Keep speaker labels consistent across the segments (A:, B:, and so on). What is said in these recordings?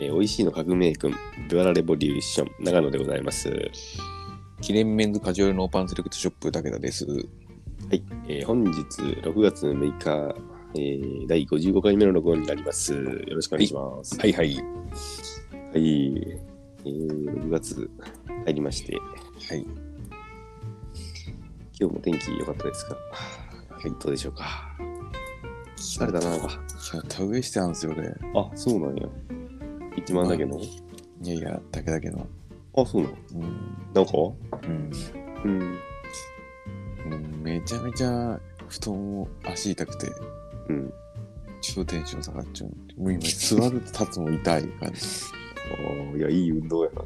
A: 美味しいの革命軍、ドゥアラレボリューション、長野でございます。
B: 記念メンズカジュアルノーパンセレクトショップ武田です。
A: はい、えー本日6月6日、えー第55回目の録音になります。よろしくお願いします。
B: はいはい。は
A: はい、えー6月入りまして、
B: い。
A: 今日も天気良かったですか
B: い
A: どうでしょうかあれだな。
B: シャト上してたんですよね。
A: あ、そうなんや。一万だけど。
B: いやいや、武田家の。
A: あ、そうなの
B: うん。
A: なんか
B: うん。
A: うん。
B: うんめちゃめちゃ布団を足痛くて、
A: うん。
B: ちょっとテンション下がっちゃう。もう今、座ると立つも痛い感じ。
A: ああ、いや、いい運動やな。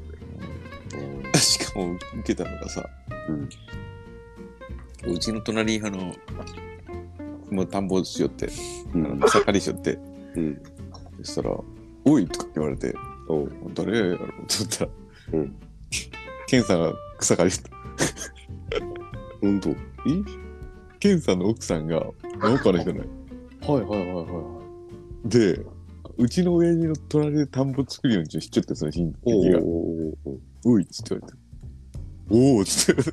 B: うんしかも受けたのがさ、
A: うん
B: うちの隣あのもう田んぼしよって
A: う
B: あの
A: ん。
B: 草刈りしよって
A: うん。
B: そしたら「おい!」とか言われて
A: おう
B: 「誰やろ?」と思ったら、
A: うん、
B: ケンさんが草刈りしてた
A: ほんと。は
B: ケンさんの奥さんがなんかあれじゃない
A: いはいはいはい。
B: でうちの親父の隣で田んぼ作るようにしちゃってその親
A: お
B: 戚が
A: うおうおうおう
B: 「おい!」っつって言われて「おお!」っつって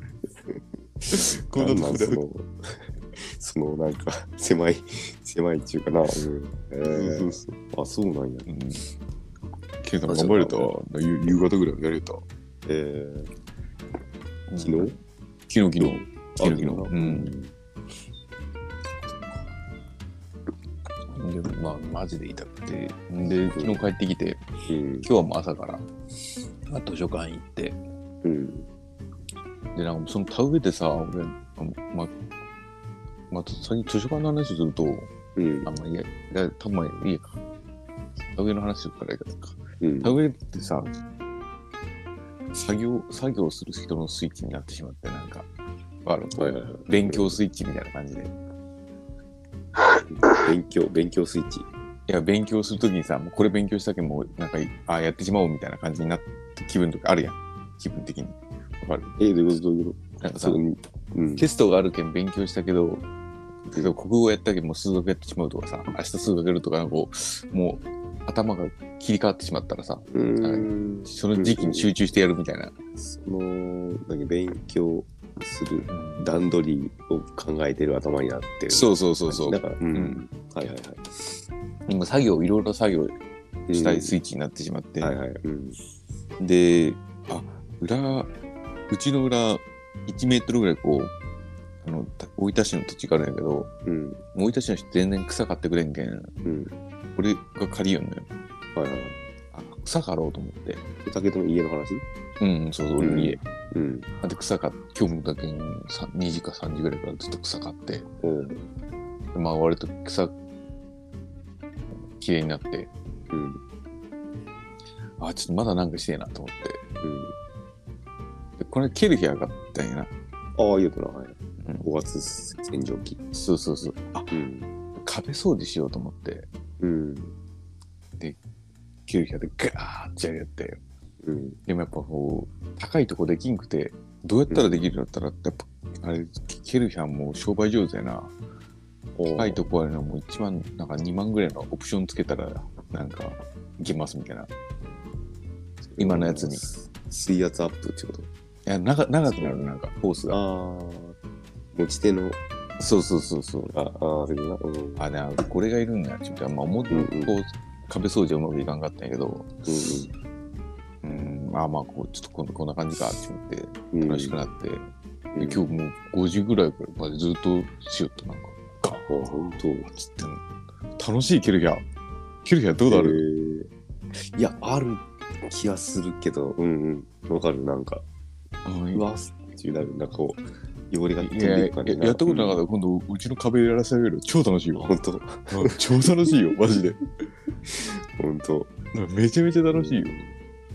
B: こんなとこで
A: なんなんその、そのなんか、狭い、 狭いっていうかな。うん。えー
B: そうそう
A: あ、そうなんや。
B: うんケンさん頑張れた夕夕方ぐらいやれた
A: えー、昨
B: 昨
A: 日
B: 日昨日昨日
A: あ
B: 昨日うんでまあマジで痛くてで昨日帰ってきて
A: うん。
B: 今日はもう朝からまあ図書館行って
A: うん。
B: でなんかその田植えでさ俺あままあ先に図書館の話をすると
A: うん
B: あ。んまりいやいやたまにいいか田植えの話をからいいか
A: うん
B: 田。植えってさ作業作業する人のスイッチになってしまってなんかわかる
A: はいはいはい。
B: 勉強スイッチみたいな感じで
A: 勉強、勉強スイッチ。
B: いや、勉強するときにさ、もうこれ勉強したけどもう、なんか、あやってしまおうみたいな感じになって、気分とかあるやん。気分的に。わかる
A: え、どういうことどういうこ
B: なんか
A: と
B: さ
A: そ、こに。うん。
B: テストがあるけん勉強したけど、けど国語やったけどもう数学やってしまうとかさ、明日数学やるとか、なんかこう、もう頭が切り替わってしまったらさ、
A: うーん。
B: その時期に集中してやるみたいな。
A: その、なんか勉強する段取りを考えてる頭になってる。
B: そううそうそうそ
A: だ
B: う。
A: から、うん。はいはいは
B: 今作業、いろいろ作業
A: い。
B: したいス
A: イッ
B: イッチになってしまって、
A: はいはい。うん。
B: で、あ、裏、うちの裏、1メートルぐらいこう、あの、た大分市の土地があるんやけど、
A: うん。
B: 大分市の人全然草買ってくれんけん、
A: うん。
B: 俺が借りよんのよ。
A: はいはいはい。
B: あ、草刈ろうと思って。
A: 竹との家の話
B: うん、そうそう、俺の家。
A: うん。
B: で、草買っ今日もだけにさ2時か3時ぐらいからずっと草買って、
A: うん。
B: まあ割と草、綺麗になって、
A: うん。
B: あ、ちょっとまだなんかしてえなと思って。で、これ蹴る日上がったんやな。
A: ああ、言うとな、はい。
B: うん
A: 5月洗浄期。
B: そうそうそう。あ、
A: うん。
B: 壁掃除しようと思って、
A: うん。
B: 蹴る日上でガーってやりやって、
A: うん。
B: でもやっぱこう高いとこできんくてどうやったらできるんだったら、やっぱあれケルヒャンも商売上手やな高いとこあるのも1万なんか2万ぐらいのオプションつけたらなんかいけますみたいな今のやつにい
A: 水圧アップってこと
B: や長長くなるなんかコースが
A: ああ。持ち手の、
B: そうそうそうそう
A: ああ、そういうことな。うん。
B: あであこれがいるんだちょっとあんま思って、
A: うんうん
B: こう壁掃除はうまくいかんかったんやけどうんあまあこうちょっとこんこんな感じかって思って
A: うんうん。
B: 楽しくなって、で
A: うん
B: 今日もう5時ぐらいからまでずっとしよったなんかガー
A: あ、本当。
B: つってんの楽しいケルヒャーケルヒャーどうだる、
A: るいや、ある気がするけど、うんうん。わかる、なんか。
B: うん
A: うわっていうなる、なんかこう、汚れが飛ん
B: いやいや
A: で
B: や
A: いく感じ。
B: ったことなかったら今度うちの壁やらせてあげるよ超楽しい
A: うん
B: よ
A: 本当、
B: 超楽しいよマジ で
A: 本当。
B: めちゃめちゃ楽しいよ、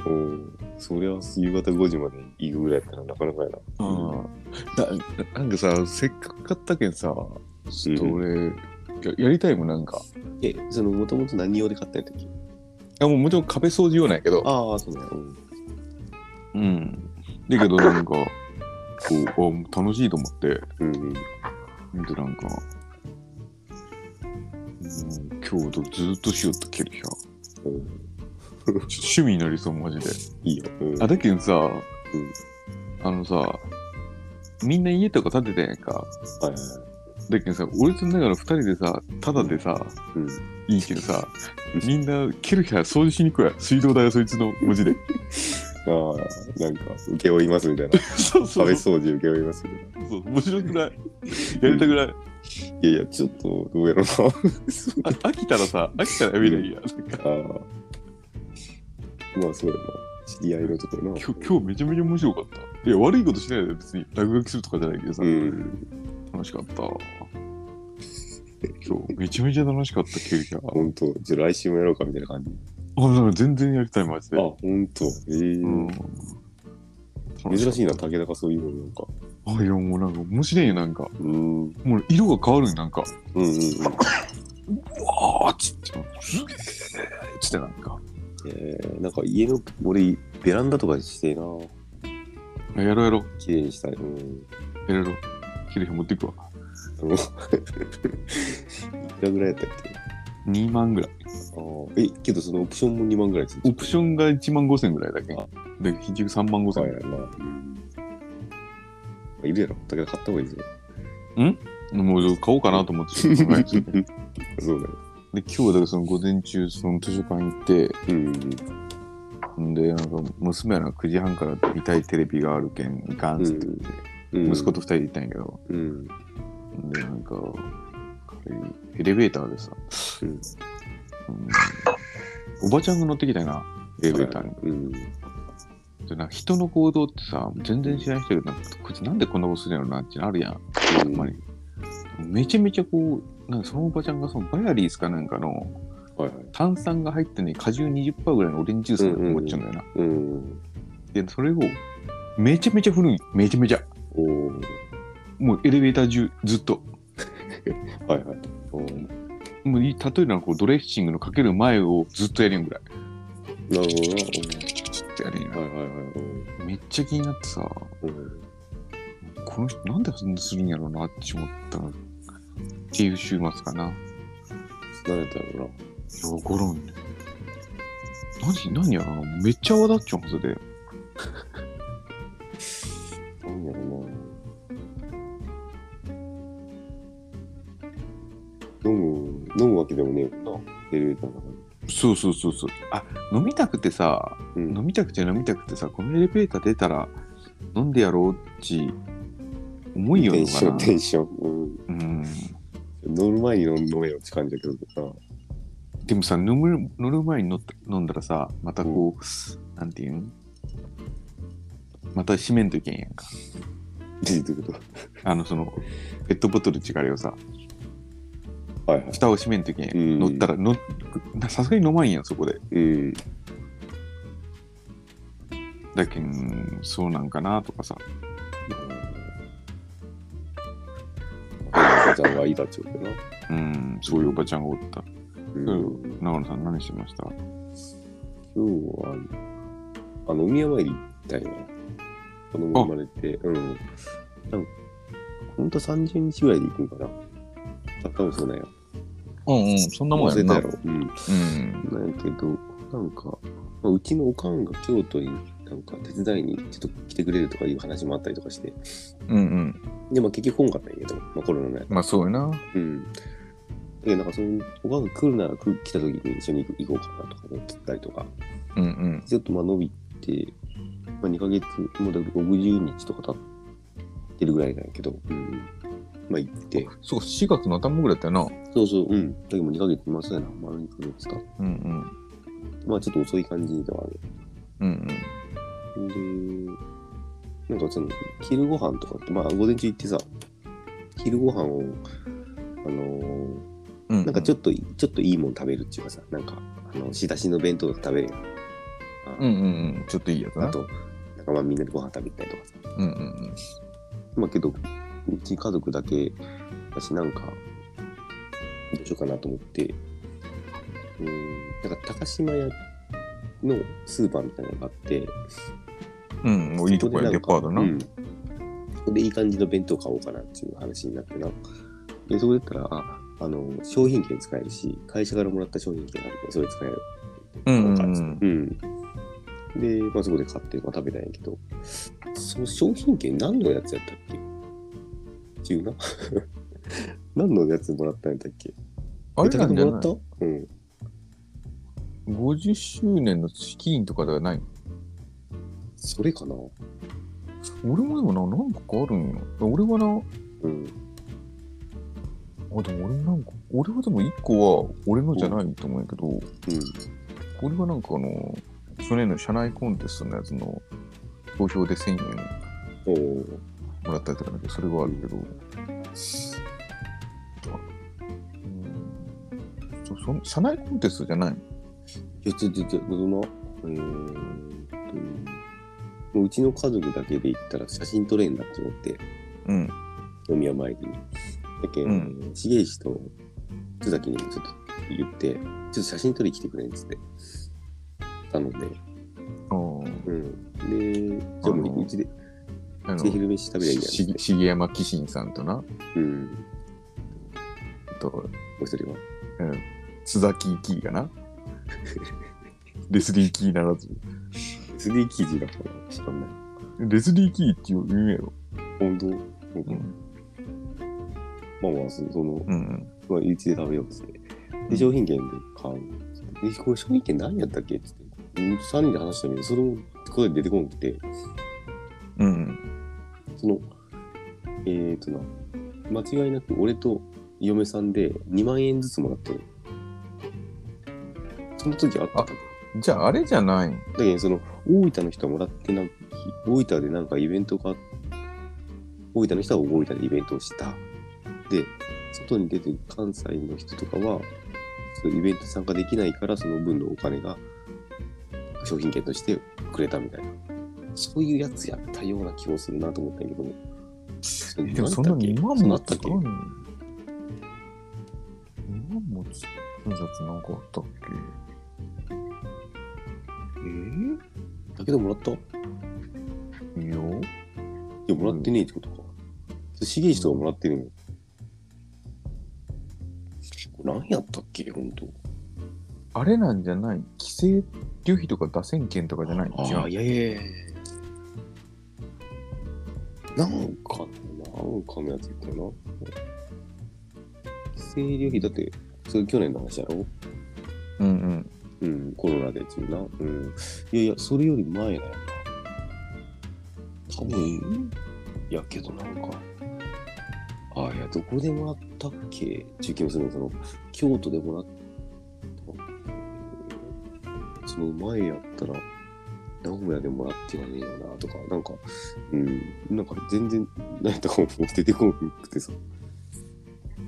A: おお、そりゃ夕方5時まで行くぐらいやったらなかなかやな。
B: うんだなんかさせっかく買ったけんさちょっと俺、ややりたいもんなんかい
A: え、その、もともと何用で買ったんやったっけ
B: やもうもちろん壁掃除用なんやけど
A: ああ、そうだよ。うん
B: うんだ けどなんかこうあ楽しいと思って
A: うん。
B: でなんか、うん、今日ずっとしようとけるじゃん。
A: うん
B: 趣味になりそう、マジで。
A: いいよ。うん
B: あ、だけどさ、あのさ、みんな家とか建てたやんか。
A: はいはい
B: だけどさ、俺とだから二人でさ、ただでさ、
A: うん
B: いいけどさ
A: うん、
B: みんなケルヒャー掃除しに行くや。水道代はそいつの文字で。
A: ああ、なんか、請け負いますみたいな。
B: そう そ
A: 壁
B: うそ
A: 掃除請け負いますみたいな。
B: う。面白くないやりたくない。
A: いやいや、ちょっと、どうやろうな。
B: あ飽きたらさ、飽きたらやめりゃいいや。なん か
A: ああ。まあ、そうやな。知り合いのところな。
B: 今日、今日めちゃめちゃ面白かった。いや、悪いことしないで別に。落書きするとかじゃないけどさ、
A: うん。
B: 楽しかった。今日、めちゃめちゃ楽しかった、ケルヒャー。
A: 本当じゃあ来週もやろうかみたいな感じ。
B: あ、なんか全然やりたい、マジ
A: あ、
B: で。
A: 本当ええ
B: うん。
A: 珍しいな、武田がそういうのなんか。
B: あ、いや、もうなんか面白いよ、なんか。
A: うん。うん
B: もう色が変わるんよなんか。
A: うんうん。
B: うわーっつって、すげーっつってなんか。
A: えー、なんか家の、俺、ベランダとかしてえな。
B: やろうやろう、
A: 綺麗にしたい。うん。
B: やろうやろう。ケルヒャー持っていくわ。
A: あのいくらぐらいやったっけ
B: 2万ぐらい。
A: ああ。え、けどそのオプションも2万ぐらいついて
B: オプションが1万5千ぐらいだけ。で、結局3万5千
A: は
B: ぐ
A: い
B: らい。
A: はい、まあ。まあいるやろ。だけど買った方がいいぞ。
B: もう買おうかなと思っ て考えてた。
A: そうだよ。
B: で、今日はだからその午前中、その図書館行って、
A: うんうん
B: んで、なんか娘はなんか9時半から見たいテレビがあるけん、いかんっつって、
A: うん。うん
B: 息子。と2人で行ったんやけど、
A: うん。
B: んで、なんか、エレベーターでさ、
A: うん
B: うんおばちゃんが乗ってきたよな、エレベーターに。
A: うん。
B: でなんか人の行動ってさ、全然知らない人が、なんかこいつなんでこんなことするんやろなってなるやん、たまに。めちゃめちゃこう、なんかそのおばちゃんがそのバヤリーズかなんかの
A: はいはい。
B: 炭酸が入ってね、果汁20%ぐらいのオレンジジュースを持っちゃうんだよな。
A: うん。
B: で、それを、めちゃめちゃ古い、めちゃめちゃ。
A: おお。
B: もうエレベーター中、ずっと。
A: はいはい。おー
B: もうい例えばこうドレッシングのかける前をずっとやりんぐらい。
A: なるほどな。
B: ずっとやりん
A: おーはいはいはい。
B: めっちゃ気になってさ、
A: おーうん
B: この人なんでそんなするんやろうなって思ったのっていう週末かな。いや、
A: 慣れたよな。
B: わからんね。何、何やろなめっちゃ泡立っちゃうはずで。
A: なんやろな。飲む、飲むわけでもねえもんな。エレベーターの中に。
B: そうそうそうそう。あ、飲みたくてさ、
A: うん
B: 飲みたくて飲みたくてさ、このエレベーター出たら飲んでやろうっち思いよ
A: テ
B: る
A: ン
B: の
A: ショ
B: か
A: ン、
B: な。
A: テンション。うん
B: うん。
A: 乗る前に飲飲めよって感じだけどな。
B: でもさ、飲む乗る前に乗った飲んだらさ、またこう、なんていうんまた閉めんといけんやんか。
A: っていうこと。
B: あの、その、ペットボトル違うよさ、
A: はいはい。
B: 蓋を閉めんといけんや
A: うん
B: ん。乗ったら、のさすがに飲まんやん、そこで。
A: うん。
B: だけん、そうなんかなとかさ。
A: 赤ちゃんがいたってことやな。
B: うん、そういうおばちゃんがおった。
A: うん
B: 長野さん、何してました
A: 今日は、あの、お宮参り行ったんや。子供生まれて、うん。なんか、ほんと30日ぐらいで行くんかな。あ、多分そうなんや。
B: うんうん、そんな
A: 忘れたやろ。うん。
B: うん。
A: なんやけど、なんか、まあ、うちのおかんが京都になんか手伝いにちょっと来てくれるとかいう話もあったりとかして。
B: うんうん。
A: で、まあ結局来んかったんやけど、まあコロナのや
B: まあそうやな。
A: うん。だけどなんかその、おかんが来るなら来来た時に一緒に行こうかなとか思ってたりとか、
B: うんうん。
A: ちょっとまあ伸びて、まあ、2ヶ月、もうだいぶ60日とか経ってるぐらいなんやけど、うん。まあ行って、
B: そう、4月の頭ぐらいだったよな。
A: そうそう、うん。だけどもう2ヶ月、まあそうやな、丸2ヶ月か。
B: うんうん。
A: まあちょっと遅い感じではある。
B: うん
A: で、なんかその、昼ご飯とかって、まあ午前中行ってさ、昼ご飯を、あのー
B: うん。
A: なんかちょ
B: っ
A: っとい、ちょっといいもん食べるっていうかさ、なんか、あの、仕出しの弁当とか食べるやん。あ
B: うんうんうん。ちょっといいやつな。
A: あと、なんかまあみんなでご飯食べたりとかさ。
B: うんうん
A: まあけど、うち家族だけだし、なんか、どうしようかなと思って、うん、なんか高島屋のスーパーみたいなのがあって、
B: うん。うん、もういいとこや、
A: そ
B: デパートな。
A: う
B: うん
A: ん。そこでいい感じの弁当買おうかなっていう話になってな。で、そこだったら、あ、あの、商品券使えるし、会社からもらった商品券があるから、それ使える
B: うん
A: う
B: うんん
A: うん。で、まあ、そこで買って、まあ、食べたんやけど、その商品券何のやつやったっけっていうな。 何のやつもらったんやったっけ
B: あれなんじゃ
A: もら
B: な
A: った
B: い
A: うん。
B: 50周年の資金とかではない
A: それかな
B: 俺もでもな何個かあるんよ俺はな
A: うん。
B: あでも俺なんか俺はでも1個は俺のじゃないと思うんやけど、
A: う
B: 俺はなんかあの去年の社内コンテストのやつの投票で1000円
A: ん。おー
B: もらったやつなんだけどそれはあるけど、うんそそん社内コンテストじゃない
A: いや、ちょ、ちょ、ちょ、その、うーんと、もううちの家族だけで行ったら写真撮れんなって思って、
B: うん
A: 飲み屋参りに。だけ、
B: うん
A: 重石と須崎にちょっと言って、ちょっと写真撮りに来てくれんっつって。頼んで。
B: あー
A: うん。で、じゃあ
B: あ
A: もう
B: の
A: うちで、
B: あ
A: う
B: の
A: ちで昼飯食べりゃいいやんっつっ。
B: して茂山紀信さんとな
A: うん。
B: あと、
A: お一人は。
B: うん、津崎キーがなレスリーキーならず
A: SD 記事だから知らない。
B: レスリーキーっていう言うやろ、
A: 本当、
B: ん
A: まあまあ、そその、
B: うん、
A: まあ、うちで食べようっつって。
B: うん
A: で、商品券で買うっつって。で、これ商品券何やったっけっつって。うん、3人で話したけど、それも答え出てこなくて、
B: うん
A: その、えーとな、間違いなく俺と嫁さんで2万円ずつもらってる。その時あった
B: あじゃああれじゃない
A: だけど、その、大分の人はもらってな、大分でなんかイベントが、大分の人は大分でイベントをした。で、外に出てる関西の人とかは、そういうイベント参加できないから、その分のお金が、商品券としてくれたみたいな。そういうやつやったような気もするなと思ったんやけども。
B: でもそんな2万
A: そんな
B: も
A: あったっけ
B: 使うの2万も使うやつなんかあったっけ
A: えだけどもらったい
B: いいよ。
A: や、もらってねえってことか。重石とはもらってるの。これ何やったっけ本当。
B: あれなんじゃない規制旅費とか打線券とかじゃない
A: あ
B: 違
A: ー
B: う。
A: いやいやいやいやなんかなんかのやつやったよな生理費だってそれ去年の話やろ
B: うんうん。
A: うんコロナでっていうなうんいやいやそれより前だよな多分やけどなんかああいやどこでもらったっけっていう気もするのその京都でもらったその前やったら名古屋でもらってはねえよなとかなんかうんなんか全然何とかも出てこなくてさ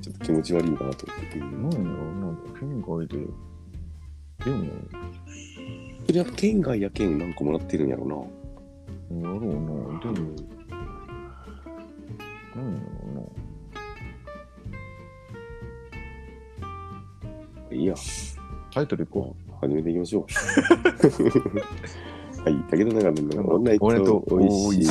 A: ちょっと気持ち悪いなと思って、うん
B: なんやろなんか県外で。でも、
A: それやっぱ県外や県なんかもらってるんやろうな
B: やろうな。でも、なんやろ
A: いいや、
B: うな。タイトルいこ
A: 始めていきま しょう。はい、だけどながら
B: う。
A: のオンライン
B: 俺と
A: と美味しい。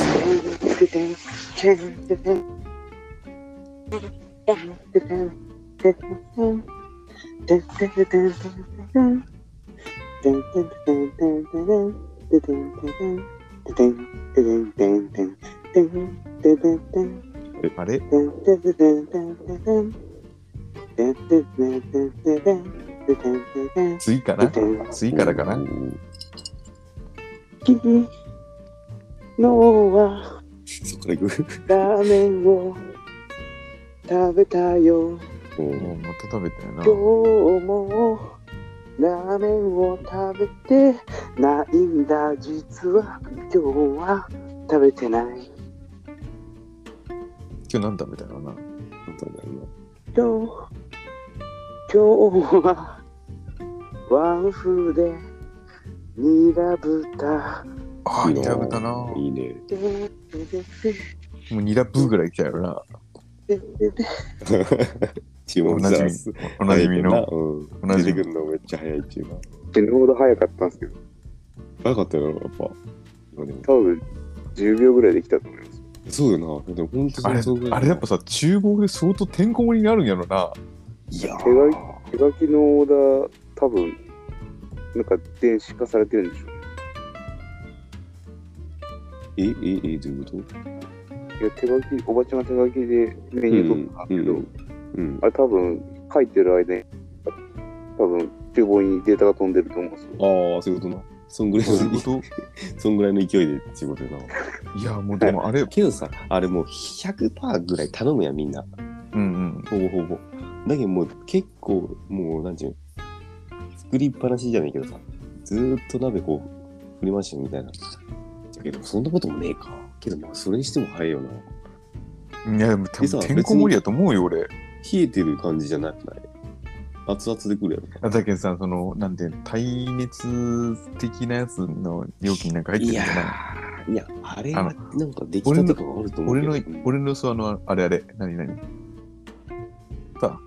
B: あれ次かな次からかな
A: うん
C: 君のは
A: そこから行く。
C: ラーメンを食べたよ
A: も
B: もう
A: う
B: また食べたよな
C: 今日。もラーメンを食べてないんだ実は今日は食べてない
B: 今日何食べたよ
A: な
B: な。
A: んだろうな
C: 今日今日はワンフーでニラ豚
B: ああ、
A: いい
B: ニラ豚な。も
A: いいね。
C: でででで
B: うニラブーぐらい来たよな。
C: ででで
A: 注
B: お
A: 文
B: な
A: し
B: じ
A: た
B: み
A: らす。
B: おなじみの。
A: うん。
B: おなじ
A: 出
B: み
A: てくるのめっちゃ早いっていうな。
C: 死ぬほど早かったんですけど
A: 早かったよな、やっぱ。今でも
C: 多分10秒ぐらいできたと思います
A: そうよな。でも本当
B: あれ
A: そのぐらい
B: あれやっぱさ、厨房で相当てんこ盛りになるんやろな。
A: いやー
C: 手書きのオーダー多分なんか電子化されてるんでしょ
A: え、え、え、どういうこと
C: いや手書きおばちゃんが手書きでメニューとかあるけど、
A: うんうん。
C: あれ多分書いてる間に多分厨房にデータが飛んでると思うんですよ
A: ああ、そういうことな。そんぐらい
B: そうい
A: の
B: う、こ
A: そんぐらいの勢いで仕事やな。
B: といや、もうでもあれ、うん
A: けどさ、あれもう100%ぐらい頼むやん、みんな。
B: うん。
A: ほぼほぼ。だけどもう結構、もうなんていうの作りっぱなしじゃないけどさ、ずーっと鍋こう、振りましたよみたいな。だけど、そんなこともねえか。けど、まあ、それにしても早いよな。
B: いや、でも
A: でさ
B: てんこ盛りやと思うよ、俺。
A: 冷えてる感じじゃなくない熱々でくるやろ
B: あだけどさ、その、なんていうの、耐熱的なやつの料金なんか入ってるんじゃない
A: ー、いや、あれはなんかできたとかはあると思う
B: 俺
A: けど。
B: の、俺の、そう、あの、あれあれ、なになにさ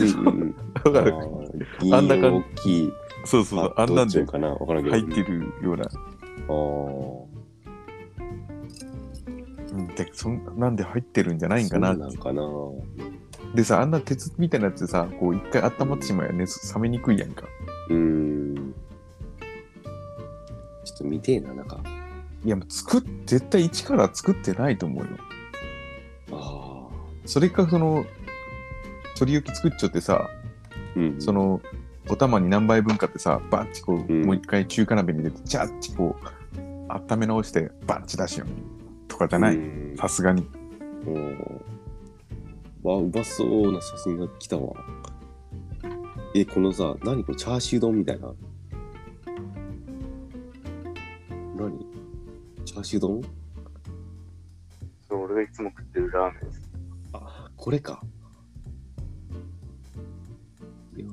A: うんうん
B: あ、わかる
A: うん、あ
B: あ
A: ん
B: ん
A: な
B: な
A: 感
B: 感
A: 大きい。
B: そうそうそう、あんなん
A: どっち
B: で
A: かなわからんけど。
B: 入ってるような。
A: あー
B: うん、でそんなんで入ってるんじゃないんかな
A: そうなんかな。
B: でさ、あんな鉄みたいなやつでさ、こう、一回温まってしまうよね、冷めにくいやんか。
A: うーん。ちょっと見てえな、なんか。
B: いや、もう作っ、絶対一から作ってないと思うよ。
A: ああ。
B: それか、その、取り置き作っちゃってさ、
A: うん
B: そ、の、お玉に何杯分かってさ、バッチこ
A: う
B: う、
A: ん
B: もう一回中華鍋に入れて、チャッチこう、温め直して、バッチ出しようとかじゃな
A: う
B: い。
A: ん
B: さすがに。
A: うんわ、うまそうな写真が来たわ。え、このさ、何これ、チャーシュー丼みたいな。何チャーシュー丼
C: それ俺がいつも食ってるラーメンです
A: あ、これか。こ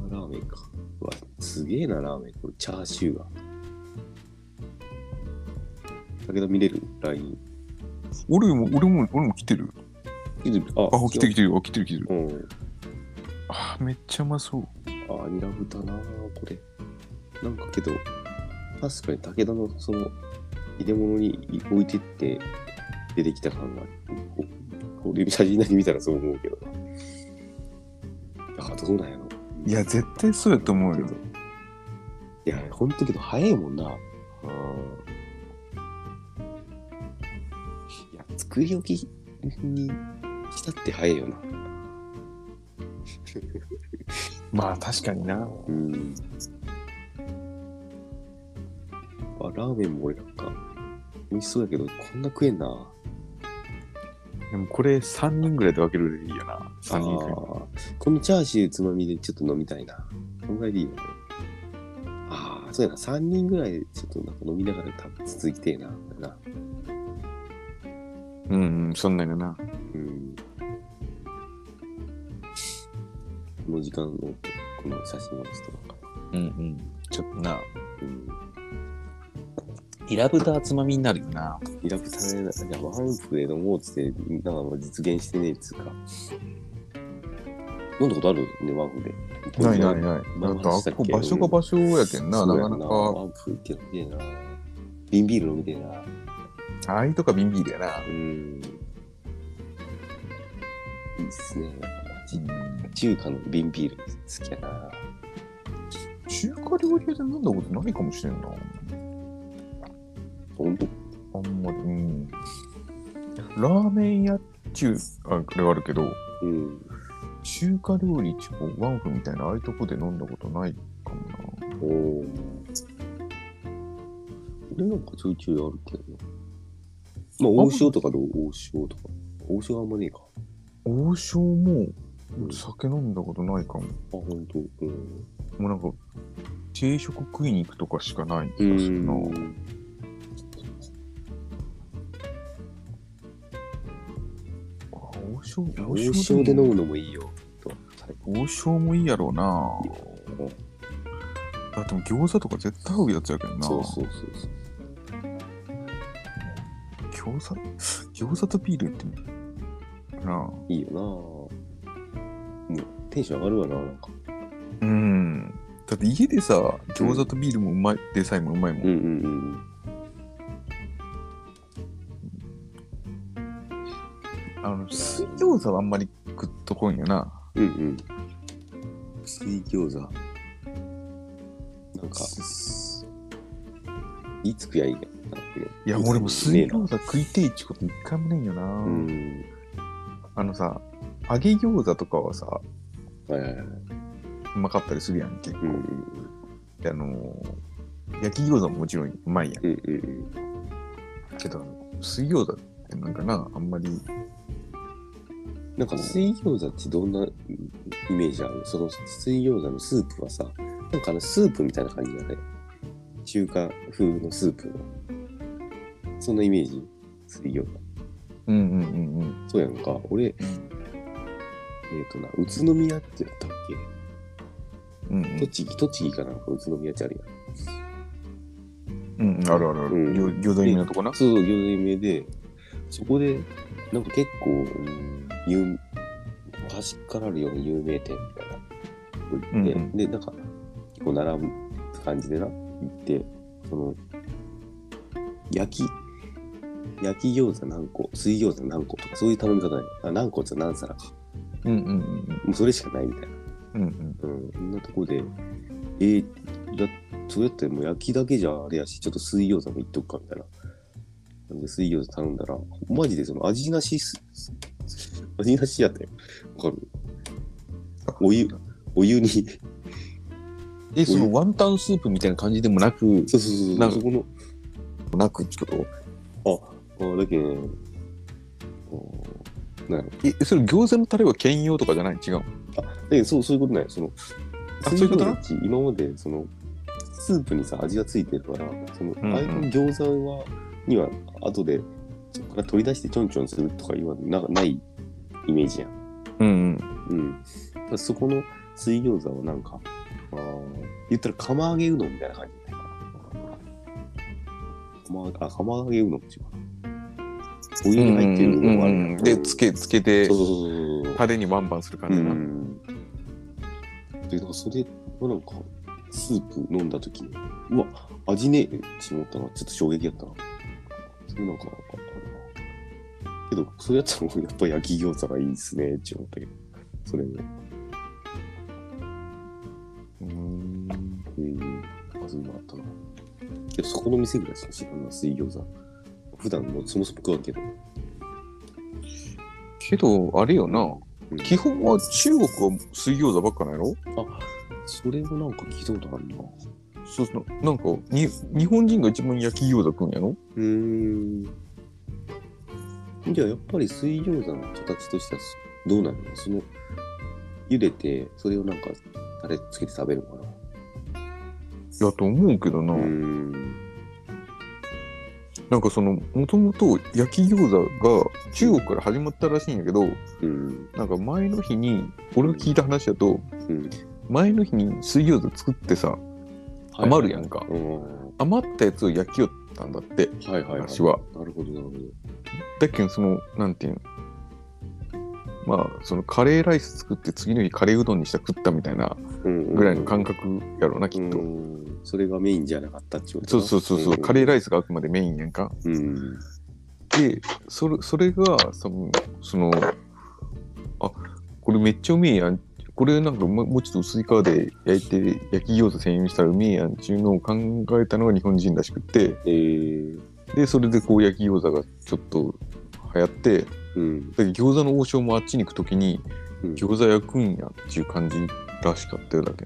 A: れはラーメンか。うわ、すげえな、ラーメン。これ、チャーシューが。武田見れる ?LINE。
B: 俺も、俺も、俺も来てる。
A: 来てるあ
B: あ、来てる来てる、あ、来てる来てる。
A: うん。
B: あ、めっちゃうまそう。
A: あ、ニラ豚なあこれ。なんかけど、確かに武田のその、入れ物にい置いてって出てきた感が、こう、こう写真なり見たらそう思うけどな。あ、どうなんやろ。
B: いや、絶対そうやと思うよ。
A: いや、ほんとけど早いもんな。うん。いや、作り置きにしたって早いよな。
B: まあ、確かにな。
A: うん。あ、ラーメンも俺なんか、美味しそうやけど、こんな食えんな。
B: でもこれ3人ぐらいで分けるでいいよな。3人ぐらい。
A: あーこのチャーシューつまみでちょっと飲みたいな。こんぐらいでいいよね。ああ、そうやな。3人ぐらいでちょっとなんか飲みながら食べ続きてえな。な
B: うんうん、そんなんやな。
A: うん。この時間のこの写真をちょっとなんか。
B: うんうん。ちょっとな。
A: うん。
B: イラブタつまみになるよな。
A: イラブタで、じゃあワンフで飲もうっつって、なんかもう実現してねえっつうか。飲んだことあるね、ワンフで。
B: ないないない。
A: ま
B: だ
A: あ
B: ってあっ
A: した
B: こ
A: っけ
B: 場所が場所やけんな。
A: そ
B: な
A: うや
B: かなか。
A: ワンフって飲みてえな。瓶ビール飲みてえな。
B: ああいうとかビンビールやな
A: う。ん。いいっすね。
B: うん
A: 中華の瓶ビール好きやな。
B: 中華料理屋で飲んだことないかもしれんな。
A: ほんと
B: あんまり。うんラーメン屋中、あ、これはあるけど、
A: うん。
B: 中華料理地方ワンフみたいなああいうとこで飲んだことないかもな。
A: おお。俺なんかちょいちょいあるけどな。まあ、王将とかどう王将とか。王将はあんまねえか。
B: 王将も
A: うん
B: 酒飲んだことないかも。
A: あ、ほんと。うん。
B: もうなんか、定食食いに行くとかしかない気
A: う
B: がするな。
A: ん。
B: 王将、
A: 王将で飲むのもいいよ。と最
B: 王将もいいやろうな。
A: 高
B: だってもう餃子とか絶対合うやつやけんな。
A: そうそうそうそう。
B: 餃子、餃子とビールって、なあ。
A: いいよなもうテンション上がるわな、なんか。
B: うん。だって家でさ、餃子とビールもうまい、でさえもうまいも
A: ん
B: ん。
A: うんうん。
B: あの、水餃子はあんまり食っとこんよな。
A: うんうん。水餃子。なんか、
B: す
A: いつ食やいいやったっていう。
B: いや、俺も水餃子食いてえっちこと一回もないんよな。
A: うん。
B: あのさ、揚げ餃子とかはさ、
A: はいはいはい。
B: うまかったりするやんけ。
A: うん
B: で、あのー焼き餃子ももちろんうまいや
A: うんうんうん
B: ん。けど、水餃子ってなんかな、あんまり、
A: なんか水餃子ってどんなイメージあるその水餃子のスープはさ、なんかあのスープみたいな感じだね。中華風のスープの。そんなイメージ水餃子。
B: うんうんうんうん。
A: そうやんか。俺、えっ、とな、宇都宮ってやったっ
B: うん
A: け栃木、栃木かなんか宇都宮ってあるやん。
B: うん、うん、あるあるあ
A: う
B: る。
A: ん
B: 餃餃子有名なとこな。
A: そうそう、餃子有名で、そこで、なんか結構、うん、有昔からあるような有名店みたいな。で、
B: うんうん
A: でなんか、結構並ぶ感じでな、行って、その、焼き、焼き餃子何個、水餃子何個とか、そういう頼み方ない。あ何個って何皿か。
B: うんうんうん
A: もうそれしかないみたいな。
B: うん。うん
A: うん、そんなとこで、えー、やそうやってもう焼きだけじゃあれやし、ちょっと水餃子もいっとくかみたいな。なんで水餃子頼んだら、マジでその味なしす、す味なしやったよ。わかるお湯、お湯に、そう
B: え、そのワンタンスープみたいな感じでもなく、
A: そうそう
B: な
A: そう、そ
B: んか
A: この、
B: なくってこと
A: あだけどね、こうなんやろ
B: え、それ餃子のタレは兼用とかじゃない違う。
A: だけどそう、そういうことない。その、
B: あそういうこと
A: 水餃子って今まで、その、スープにさ、味がついてるから、その、
B: んうん
A: ああいう餃子は、には、後で、そこから取り出してちょんちょんするとかいうのはなないイメージやん。
B: うん
A: うん。だからそこの水餃子はなんか、あー言ったら釜揚げうどんみたいな感じ。釜揚げ、あ、釜揚げうどんっていうかな。お
B: う
A: 湯
B: ん。
A: に入ってるうどんがあるやん
B: で、つけ、つけて
A: そう、そうそうそう。
B: タレにバンバンする感じな。
A: で、なんかそれをなんか、スープ飲んだ時に、うわ、味ねえって思ったのはちょっと衝撃やったな。それなんか、あれな。けど、それやったら俺やっぱ焼き餃子がいいっすねって思ったけど、それも。
B: う
A: う
B: ん。
A: ん、あそういうのあったな。けど、そこの店ぐらいしか知らんない、水餃子。普段もそもそも食わんけど。
B: けど、あれよな。
A: うん
B: 基本は中国は水餃子ばっかなんやろ
A: それもなんか聞いたことあるな。
B: そうそう。なんかに、日本人が一番焼き餃子食うんやろ
A: うーん。じゃあやっぱり水餃子の形としてはすどうなるのその茹でてそれをなんかタレつけて食べるのか
B: やと思うけどな。
A: な。うーん。
B: なんかその、もともと焼き餃子が中国から始まったらしいんやけど、
A: うん。
B: なんか前の日に、俺が聞いた話だと、
A: うん。
B: 前の日に水餃子作ってさ、余るやんか
A: うん。
B: 余ったやつを焼きよったんだって、
A: はいはい、はい。
B: 話は。
A: なるほどなるほど。
B: だっけん、その、なんていうの。まあ、そのカレーライス作って次の日カレーうどんにしたら食ったみたいな
A: うんうん
B: ぐらいの感覚やろうな、きっと。
A: うんそれがメインじゃなかったってこと
B: そうそうそうそう、カレー
A: ラ
B: ライスがあくまでメインやんか。
A: うん。
B: で、それそれがその、その、あこれめっちゃうめえやん。これなんかももうちょっと薄い皮で焼いて焼き餃子専用にしたらうめえやんっていうのを考えたのが日本人らしくって、
A: えー。
B: で、それでこう焼き餃子がちょっと流行って、
A: うん。
B: だけど餃子の王将もあっちに行くときに
A: うん
B: 餃子焼くんやっていう感じらしかったよだけ。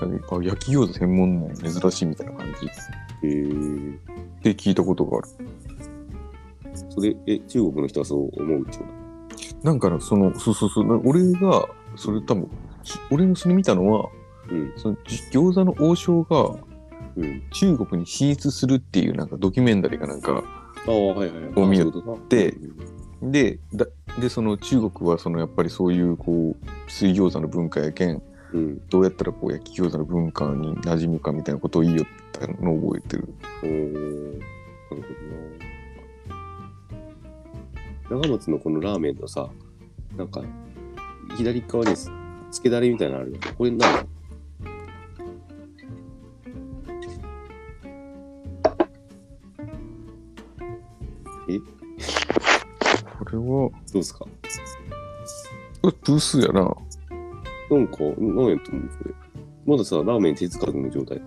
B: だけどあ焼き餃子専門の珍しいみたいな感じ
A: えー。
B: で聞いたことがある。
A: それ、え、中国の人はそう思うってこ
B: なんかなそのそうそうそう俺がそれ多分ち俺のそれ見たのは
A: とうん。
B: そのじ餃子の王将が
A: うん。
B: 中国に進出するっていうなんかドキュメンタリーかなんか
A: ああ、はいはいはい。
B: を見る
A: あそういうことか
B: で
A: うん
B: でだでその中国はそのやっぱりそういうこう水餃子の文化やけん
A: うん。
B: どうやったらこう焼き餃子の文化に馴染むかみたいなことを言いよったのを覚えてる
A: おーなるほどな。長松のこのラーメンのさ、なんか、左側につけだれみたいなのあるよ。これ何
B: これは
A: どうすか
B: これブースやな
A: なんか、何やと思うこれ。まださ、ラーメン手つかずの状態。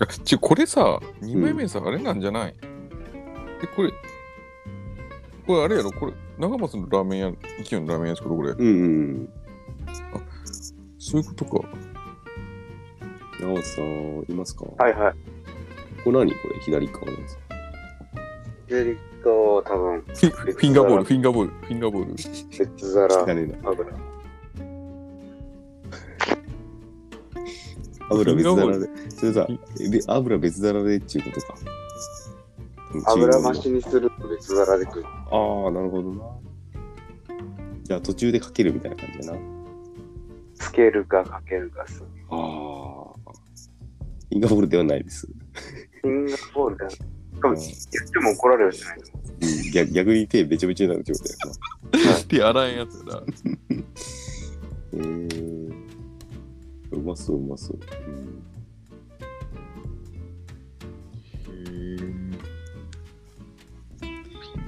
B: やちょこれさ、2枚目さ、あれなんじゃないえ、これ、これあれやろこれ、長松のラーメン屋、勢いのラーメン屋ですけど、これ、
A: うんうん。
B: そういうことか。
A: 長尾さん、いますかこ
C: はいはい。
A: れ何これ左側のやつ。
C: 左側、多分
B: フィフィンガーボール、フィンガーボール、フィンガーボール。
C: 別皿。
A: 汚ねえな。
C: 油。
A: 油別皿で。それさ、えで油別皿でっていうことか。
C: 油増しにすると別皿で食う。
A: ああ、なるほどな。じゃあ途中でかけるみたいな感じだな。
C: つけるかかけるかする。
A: ああ。インガボールではないです。
C: シンガポールだ。しかも、
A: うん
C: 言っても怒られるじゃないの。
A: うん逆逆に手べちゃべちゃになるってことやな。
B: 手洗えんやつやな。
A: えー、うまそう、うまそう。うん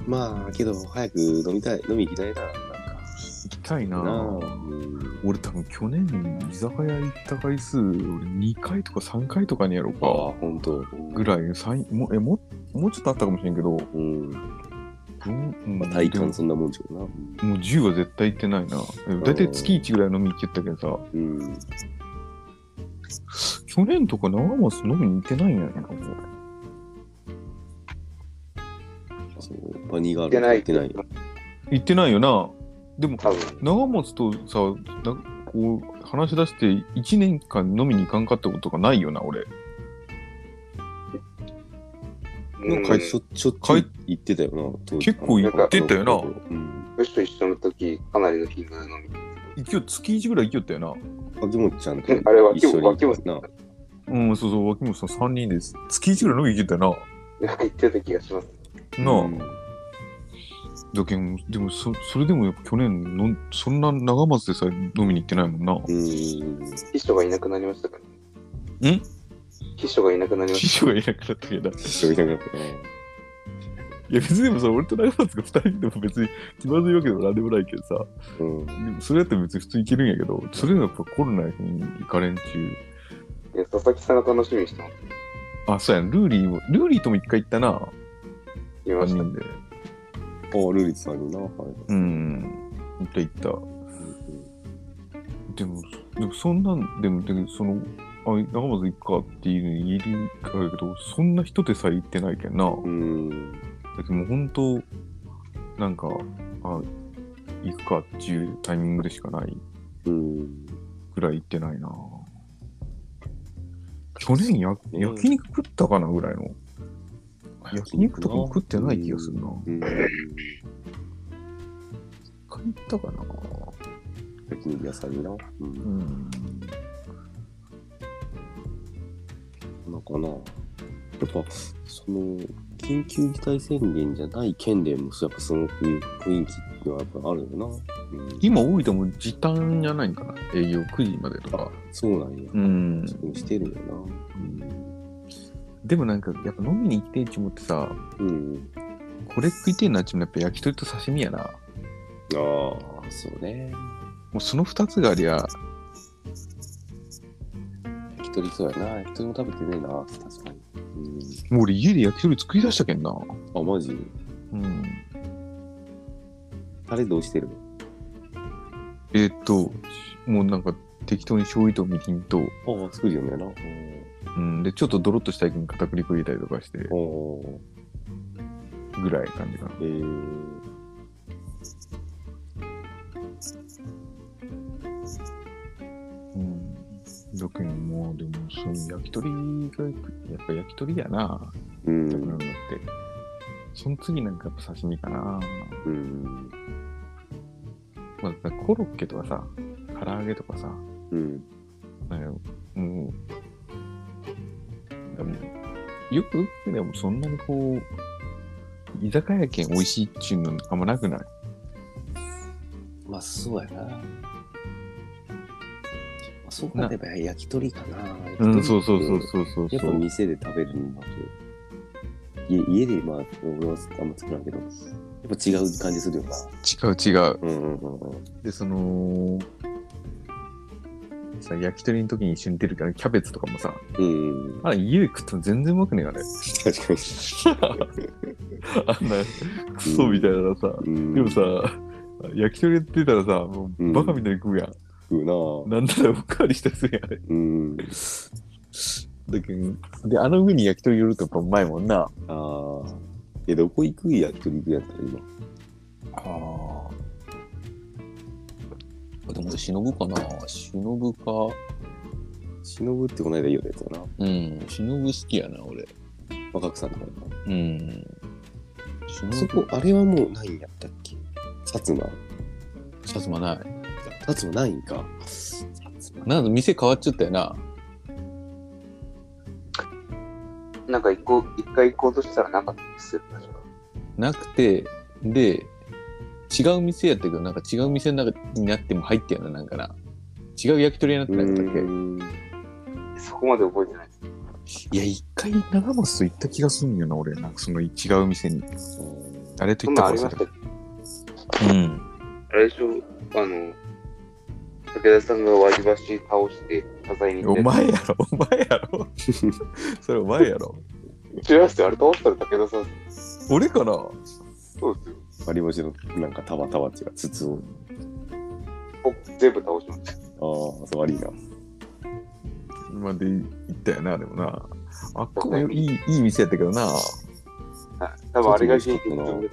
A: まあ、けど、早く飲みたい、飲み行きたいな、なんか。
B: 行きたい
A: な
B: なぁ
A: あ。うん
B: 俺多分去年居酒屋行った回数俺2回とか3回とかにやろう
A: あ
B: か
A: あ、ほんと。
B: ぐらいさいもえももうちょっとあったかもしれんけど、
A: うん。
B: うん
A: まあ、体感
B: で
A: そんなもんちゃうな。
B: ももう10は絶対行ってないなえ大体月1ぐらい飲み行ってたけどさ
A: うん。
B: 去年とか長松飲みに行ってないんやねなんか
A: そう、バニーガール
C: 出ない。
A: 行ってない。
B: 行ってないよなでも
C: 多分。
B: 長松とさなこう話し出して1年間飲みに行かんかったことがないよな俺
A: なんかしょしょっちゅう行ってたよな、当時
B: 結構行
C: って
B: たよな
A: うん。
C: よしと一緒の時、かなりの頻度で飲み。
B: 一応月1ぐらい行きよったよな
A: 秋元ちゃんと
C: うんあれは
A: 一緒に
C: 秋
A: 行っ
C: 元
A: たな。
B: うん、そうそう、脇本さん3人です。月1ぐらい飲みに行けたよ
C: なんか言ってた気がします。
B: な。なあ、
A: うん
B: だけん、でもそ、それでもやっぱ去年のん、そんな長松でさえ飲みに行ってないもんな。
A: うん。
C: 秘書がいなくなりましたから。
B: ん
C: 秘書がいなくなりま
B: 師
C: し
B: 匠がいなくなったけど。い
A: 一緒に行ったからね
B: や、別にでもさ、俺と長松が2人でも別に気まずいわけでもなんでもないけどさ、
A: うん。
B: でもそれだったら別に普通に行けるんやけど、それでもやっぱコロナに行かれんちゅう。
C: た。いや、佐々木さんが楽しみにしてます。
B: あ、そうやん、ルーリーも、ルーリーとも1回行ったな、
C: い
B: 3
C: ました。
B: 人で。
A: ああ、ルリツさんにな。はい。
B: うん、行った行った。でも、でもそんなん、でも、でもその、あ、長松行くかっていうのに言えるかだけど、そんな人でさえ行ってないけんな。だ
A: うん。
B: けどもう本当、なんか、あ、行くかっていうタイミングでしかない
A: うん。
B: ぐらい行ってないな。去年や、焼肉食ったかなぐらいの。焼肉とかも食ってない気がするな。
A: うん。
B: 一回行ったかな。
A: 焼肉屋さんにな。う。
B: うんん。
A: なのかな。やっぱ、その、緊急事態宣言じゃない県でも、やっぱその雰囲気はやっぱあるよな。うん。
B: 今、大分も時短じゃないんかな。営業9時までとか。
A: そうなんや。
B: うん。
A: そうしてるよな。
B: でもなんか、やっぱ飲みに行きたいち思ってさ、
A: うん。
B: これ食いてえなっちもやっぱ焼き鳥と刺身やな。も
A: ああ、そうね。
B: うその二つがありゃ、
A: 焼き鳥そうやな。焼き鳥も食べてねえな。確かに。うん。
B: もう俺家で焼き鳥作り出したけんな。
A: あ、マジ
B: うん。
A: タレどうしてる
B: えーっと、もうなんか適当に醤油とみりんと、
A: ああ、作るよねな。
B: うん、で、ちょっとドロッとした焼きに片栗粉入れたりとかして、
A: おお
B: ぐらい感じかな。
A: ー。えー。
B: うん。だけどもう、でも、その焼き鳥が、やっぱ焼き鳥やな。
A: う
B: なくなるの
A: ん。
B: って。その次なんかやっぱ刺身かな。
A: うん。
B: まあ、コロッケとかさ、唐揚げとかさ、
A: うん。
B: なんやろもう、でもよくよくでもそんなにこう、居酒屋券美味しいっちゅうのあんまなくない
A: まあ、そうやな。まあ、そうなれば焼き鳥かな。
B: う
A: 焼き鳥
B: ん、
A: って
B: そうそうそうそうそう
A: やっ
B: そ
A: ぱ
B: う。
A: 店で食べるのだと。家家で、まあ、俺はあんま作らんけど、やっぱ違う感じするよな。
B: 違う違う。
A: うんうんうんうん。
B: で、その、さ、焼き鳥の時に一緒に出るから、キャベツとかもさ、
A: うん。
B: あれ家で食っても全然うまくねえ、あれ。
A: 確かに。
B: あんな、クソみたいなさ。
A: うん。
B: でもさ、焼き鳥やってたらさ、もうバカみたいに食うやん。
A: 食うなぁ
B: なんならおかわりしたりするやん、あれ。
A: うん。
B: だけど、で、あの上に焼き鳥寄るとやっぱうまいもんな。
A: ああ。え、どこ行くやっと行くやったら今。
B: ああ。でも、忍ぶかな忍ぶか。
A: 忍ってこの間いいよねやつだな。
B: うん、忍ぶ好きやな、俺。
A: 若草の方か
B: うん。忍
A: な。そこ、あれはもうないんやったっけ薩摩。
B: さつまない。
A: 薩摩ないんか。
B: なんか店変わっちゃったよな。
C: なんか一個一回行こうとしたらなかったですよ。
B: なくて、で、違う店やったけど、なんか違う店の中になっても入ったよな、なんかな。違う焼き鳥屋になってなかったっ
A: ん。
C: そこまで覚えてないです。
B: けいや、一回長松と行った気がするんよな、俺。なんかその違う店に。誰と
C: そ
B: 行っ
C: ん
B: た
C: なん
B: か
C: あ
B: 忘れ
C: りました
B: た
C: っけ
B: うん。
C: あれでしょ、あの、武田さんが割り箸倒して謝罪に行って。
B: お前やろ、お前やろ。 それお前やろ。
C: 違いますよ、あれ倒したら武田さん。
B: 俺かな
C: そうですよ。
A: 割り箸のなんかたわたわ違う、筒を。
C: 僕全部倒しました。
A: ああ、そう悪いな。
B: まで行ったよな、でもな。あっこもいいいい店やったけどな。
C: はい多分あれがヒント
A: ちょっと美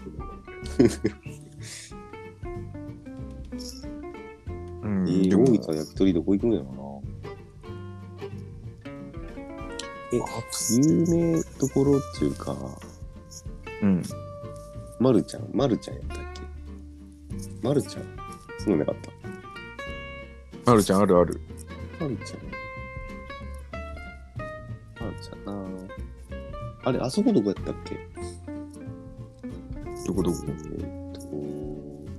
B: うん
A: えー、
B: で
A: 大
B: も
A: 分の焼き鳥どこ行くんやろな。え、有名どころっていうか、
B: うん。
A: まるちゃん、まるちゃんやったっけまるちゃんそんなのなかっ
B: あるじゃん、あるある。
A: た。まるちゃん。まるちゃんなあれ、あそこどこやったっけ
B: どこどこ
A: えーっ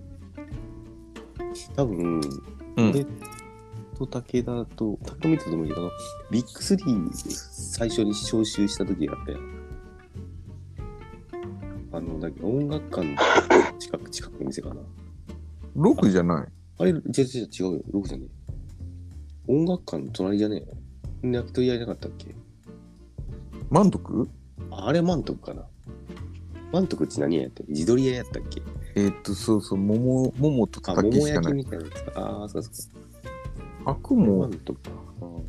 A: と、多分、
B: うん。
A: 俺と武田と、たくみとともに、あの、ビッグスリー最初に招集した時があったよ。あの、だけど音楽館の近く、近くの店かな。
B: ロクじゃない。
A: あれ、違う違う違うよ。ロクじゃねえ。音楽館の隣じゃねえよ。焼き鳥屋いなかったっけ
B: 満足
A: ああれ、満徳かな。満徳って何屋やって自撮り屋やったっけ
B: えーっと、そうそう、桃、桃と
A: あ、
B: たたき
A: 桃
B: しか
A: 焼
B: な
A: き
B: い。
A: みたいなやつか。ああ、そうそうそう。
B: あくも
A: 満、徳か。あー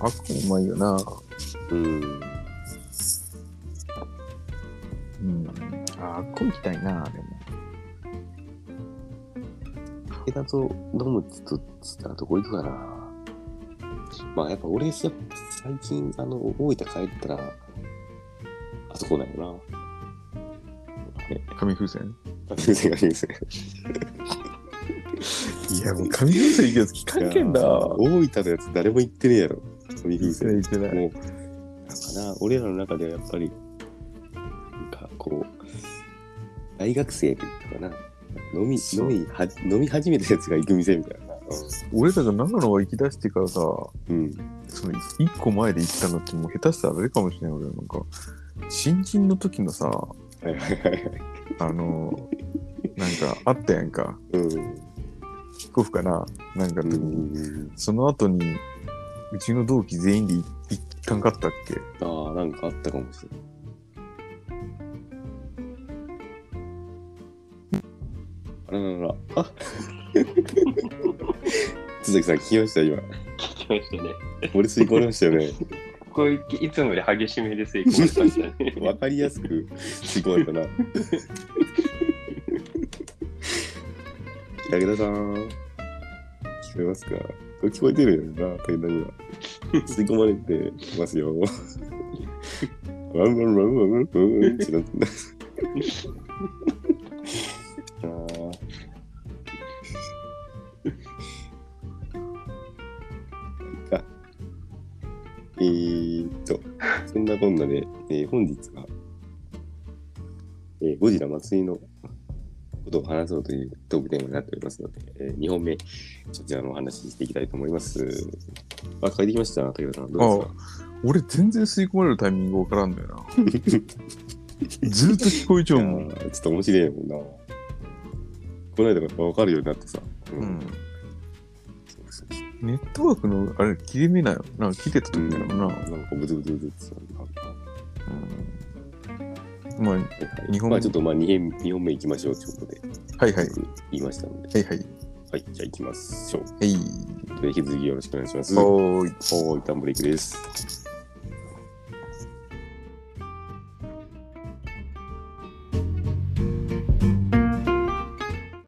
B: あくもうまいよな。
A: うん。
B: うん。あ、あっこ行きたいな、でも。
A: 武田と飲むってとしたらどこ行くかなまあやっぱ俺さ最近あの大分帰ったらあそこだよ
B: 紙風船
A: な先生が先生
B: いや、もう紙風船行くやつ聞かんけんだ。
A: 大分のやつ誰も行ってねえやろ富風船
B: 行ってない。
A: もうなんかな俺らの中ではやっぱりなんかこう大学生というかな飲み飲みは飲み始めたやつが行く店みたいな
B: 俺たちが長野は行き出してからさ、
A: うん
B: その一個前で行ったのってもう下手したらあれかもしれない俺なんか新人の時のさ
A: はいはいはいはい
B: あのなんかあったやんか
A: うん
B: キックオフかななんかの
A: う
B: 時に、
A: ん
B: その後にうちの同期全員で行ったんかったっけ
A: ああなんかあったかもしれないあらららら あ津崎さん聞きました今
D: 聞きましたね。
A: 俺吸い込まれましたよね
D: これいつもより激しめで成功したんだね。
A: わかりやすく吸い込まれたな武田さん聞こえますかこれ聞こえてるよな武田には吸い込まれてますよワンワンワンワンワンワンってなってあーあえー、っと、そんなこんなで、えー本日は、えーゴジラ祭りのことを話そうというトークテーマになっておりますので、え2本目、そちらのお話ししていきたいと思います。あ、帰ってきました、武田さん。どうですか
B: 俺全然吸い込まれるタイミングわからんだよな ずっと聞こえちゃうもん
A: いやーちょっと面白いもんな。この間から分かるようになってさ。う
B: うん。
A: そうそうそう
B: ネットワークの、あれ、切れ目なよ。なんか切れた時なのか
A: な
B: な。
A: んかブツブツブツってさなんか
B: うん。まあ、
A: はいはい
B: 日本
A: まあちょっとまあ2編二本目行きましょうってことで、
B: はいはい。
A: 言いましたので。
B: はいはい。
A: はい、じゃあ行きましょう。
B: はい。
A: 引き続きよろしくお願いします。は
B: おーい。
A: い、タンブレイクです。